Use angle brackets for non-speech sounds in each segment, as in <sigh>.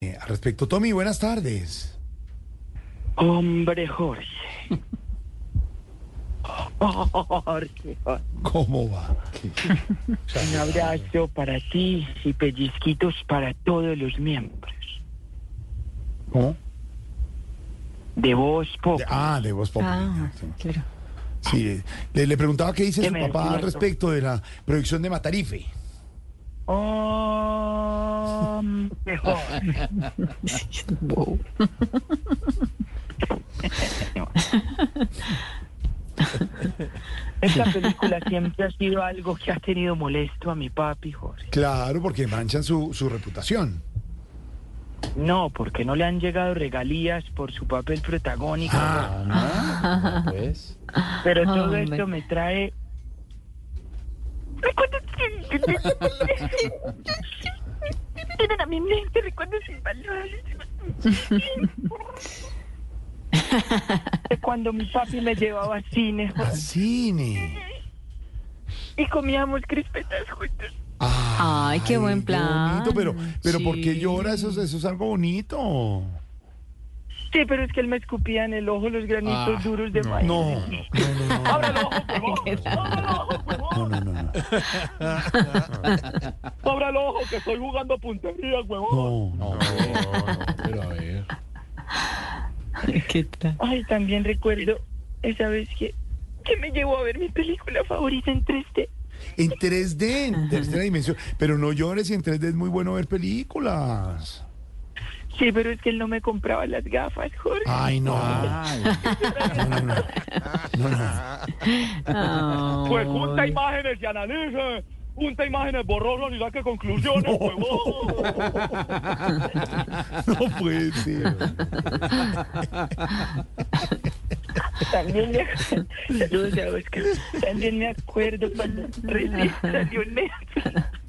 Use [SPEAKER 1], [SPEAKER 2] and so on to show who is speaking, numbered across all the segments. [SPEAKER 1] Eh, al respecto. Tommy, buenas tardes.
[SPEAKER 2] Hombre, Jorge. <laughs> Jorge, Jorge,
[SPEAKER 1] ¿Cómo va?
[SPEAKER 2] un abrazo para ti y pellizquitos para todos los miembros
[SPEAKER 1] ¿Cómo?
[SPEAKER 2] de Voz Pop.
[SPEAKER 1] De- ah, de voz Populi.
[SPEAKER 3] Ah, claro. <laughs>
[SPEAKER 1] Sí, eh, le, le preguntaba qué dice
[SPEAKER 2] Que
[SPEAKER 1] su
[SPEAKER 2] me
[SPEAKER 1] papá al
[SPEAKER 2] despierto.
[SPEAKER 1] respecto de la proyección de Matarife.
[SPEAKER 2] Hombre,
[SPEAKER 1] <laughs>
[SPEAKER 2] Jorge.
[SPEAKER 3] Wow. <laughs>
[SPEAKER 2] Esta película siempre ha sido algo que ha tenido molesto a mi papi, Jorge.
[SPEAKER 1] Claro, porque manchan su, su reputación.
[SPEAKER 2] No, porque no le han llegado regalías por su papel protagónico.
[SPEAKER 1] Ah,
[SPEAKER 4] Pues.
[SPEAKER 2] Pero todo
[SPEAKER 3] Hombre.
[SPEAKER 2] esto me trae.
[SPEAKER 5] Recuerdos que vienen a mi mente, recuerdos invaluables.
[SPEAKER 2] de Cuando mi papi me llevaba a cine,
[SPEAKER 1] a
[SPEAKER 2] Jorge.
[SPEAKER 1] cine.
[SPEAKER 5] Y comíamos crispetas juntos.
[SPEAKER 3] Ay, qué buen plan.
[SPEAKER 1] bonito, pero, pero ¿por qué
[SPEAKER 3] Sí.
[SPEAKER 1] llora? Eso, es- eso es algo bonito.
[SPEAKER 2] Sí, pero es que él me escupía en el ojo los granitos
[SPEAKER 4] Ah,
[SPEAKER 2] duros de
[SPEAKER 1] No,
[SPEAKER 2] maíz.
[SPEAKER 1] no, no, no.
[SPEAKER 2] ¡Abra el ojo, huevón! ¡Abra el ojo,
[SPEAKER 1] No,
[SPEAKER 2] huevón!
[SPEAKER 1] no, no, no.
[SPEAKER 2] ¡Abra el ojo, que estoy jugando puntería, huevón!
[SPEAKER 1] No, no.
[SPEAKER 4] pero a ver.
[SPEAKER 3] ¿Qué tal?
[SPEAKER 2] Ay, también recuerdo esa vez que, que me llevó a ver mi película favorita en 3D.
[SPEAKER 1] En 3D, en tercera dimensión. Pero no llores y en 3D es muy bueno ver películas.
[SPEAKER 2] Sí, pero es que él no me compraba las gafas, Jorge.
[SPEAKER 1] Ay, no. No, no, no. No, no.
[SPEAKER 2] Pues junta
[SPEAKER 3] Ay.
[SPEAKER 2] imágenes y analice. Junta imágenes borrosas y saque conclusiones, huevón.
[SPEAKER 1] <laughs> No puede ser.
[SPEAKER 2] También me acuerdo, saludos a Oscar. También me acuerdo cuando recién salió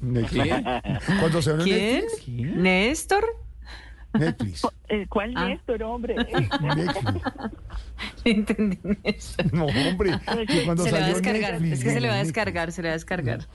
[SPEAKER 2] Netflix.
[SPEAKER 1] ¿De qué? ¿Cuándo se ve
[SPEAKER 3] ¿Quién?
[SPEAKER 1] Netflix?
[SPEAKER 3] ¿Néstor? <laughs>
[SPEAKER 1] Netflix.
[SPEAKER 2] Eh, ¿Cuál
[SPEAKER 3] Ah.
[SPEAKER 2] Néstor, hombre?
[SPEAKER 1] Netflix.
[SPEAKER 3] Entendí Néstor.
[SPEAKER 1] No, hombre. Que cuando
[SPEAKER 3] Se le va a
[SPEAKER 1] salió
[SPEAKER 3] descargar.
[SPEAKER 1] Netflix,
[SPEAKER 3] Es que se
[SPEAKER 1] no,
[SPEAKER 3] le va a
[SPEAKER 1] Netflix.
[SPEAKER 3] descargar, se le va a descargar.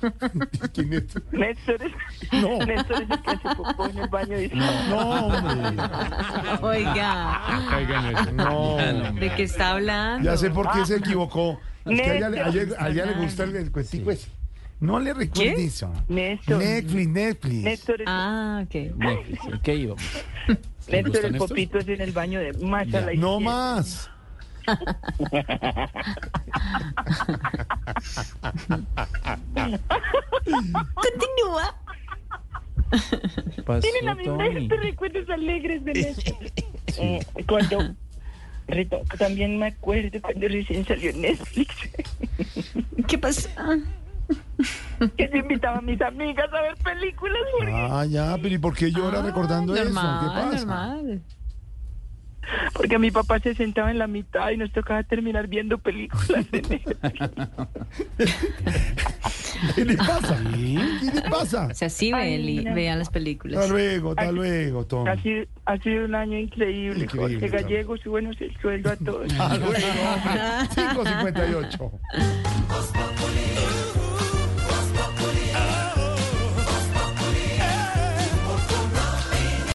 [SPEAKER 1] ¿Quién es?
[SPEAKER 2] Néstor es,
[SPEAKER 1] No.
[SPEAKER 2] Néstor es el que se popó en el baño y
[SPEAKER 1] No, hombre.
[SPEAKER 3] <laughs> Oiga,
[SPEAKER 1] No.
[SPEAKER 3] ¿de qué está hablando?
[SPEAKER 1] Ya sé por qué se equivocó. Es que a ella, le- a ella- a ella le
[SPEAKER 3] Néstor.
[SPEAKER 1] gusta el, el cuentico ese. No le recuerde
[SPEAKER 3] ¿Qué?
[SPEAKER 1] eso.
[SPEAKER 2] Néstor.
[SPEAKER 1] Netflix, Netflix.
[SPEAKER 2] Néstor es,
[SPEAKER 3] Ah, ok.
[SPEAKER 4] Netflix, ¿en qué íbamos? ¿Le
[SPEAKER 2] Néstor
[SPEAKER 4] gustan
[SPEAKER 2] el
[SPEAKER 4] estos?
[SPEAKER 2] popito es en el baño de más a la
[SPEAKER 1] No
[SPEAKER 2] izquierda.
[SPEAKER 1] más.
[SPEAKER 3] Continúa.
[SPEAKER 4] ¿Qué pasó,
[SPEAKER 5] Vienen a mi
[SPEAKER 4] Tony?
[SPEAKER 5] mente recuerdos alegres de
[SPEAKER 1] <laughs>
[SPEAKER 5] Néstor.
[SPEAKER 2] Eh, cuando Rito, también me acuerdo cuando recién salió Netflix <laughs>
[SPEAKER 3] ¿Qué pasa?
[SPEAKER 2] que yo invitaba a mis amigas a ver películas porque,
[SPEAKER 1] Ah, ya, pero ¿y por qué llora
[SPEAKER 3] Ah,
[SPEAKER 1] recordando eso? ¿Qué
[SPEAKER 3] normal,
[SPEAKER 1] pasa?
[SPEAKER 3] Normal.
[SPEAKER 1] Ah.
[SPEAKER 2] porque mi papá se sentaba en la mitad y nos tocaba terminar viendo películas
[SPEAKER 1] <laughs>
[SPEAKER 2] de Netflix.
[SPEAKER 1] <laughs> ¿Qué le pasa? ¿Qué le
[SPEAKER 3] <laughs>
[SPEAKER 1] pasa?
[SPEAKER 3] O sea, sí
[SPEAKER 2] Ay,
[SPEAKER 3] ven,
[SPEAKER 2] no.
[SPEAKER 3] vean las
[SPEAKER 1] Hasta
[SPEAKER 3] películas.
[SPEAKER 1] luego, hasta luego, Tom.
[SPEAKER 2] Ha sido, ha sido un año increíble,
[SPEAKER 1] Increíble,
[SPEAKER 2] Jorge
[SPEAKER 1] claro. Ah,
[SPEAKER 2] Gallegos,
[SPEAKER 1] <laughs>
[SPEAKER 2] súbenos el sueldo a todos.
[SPEAKER 3] <laughs>
[SPEAKER 1] Hasta luego, hombre. 5.58.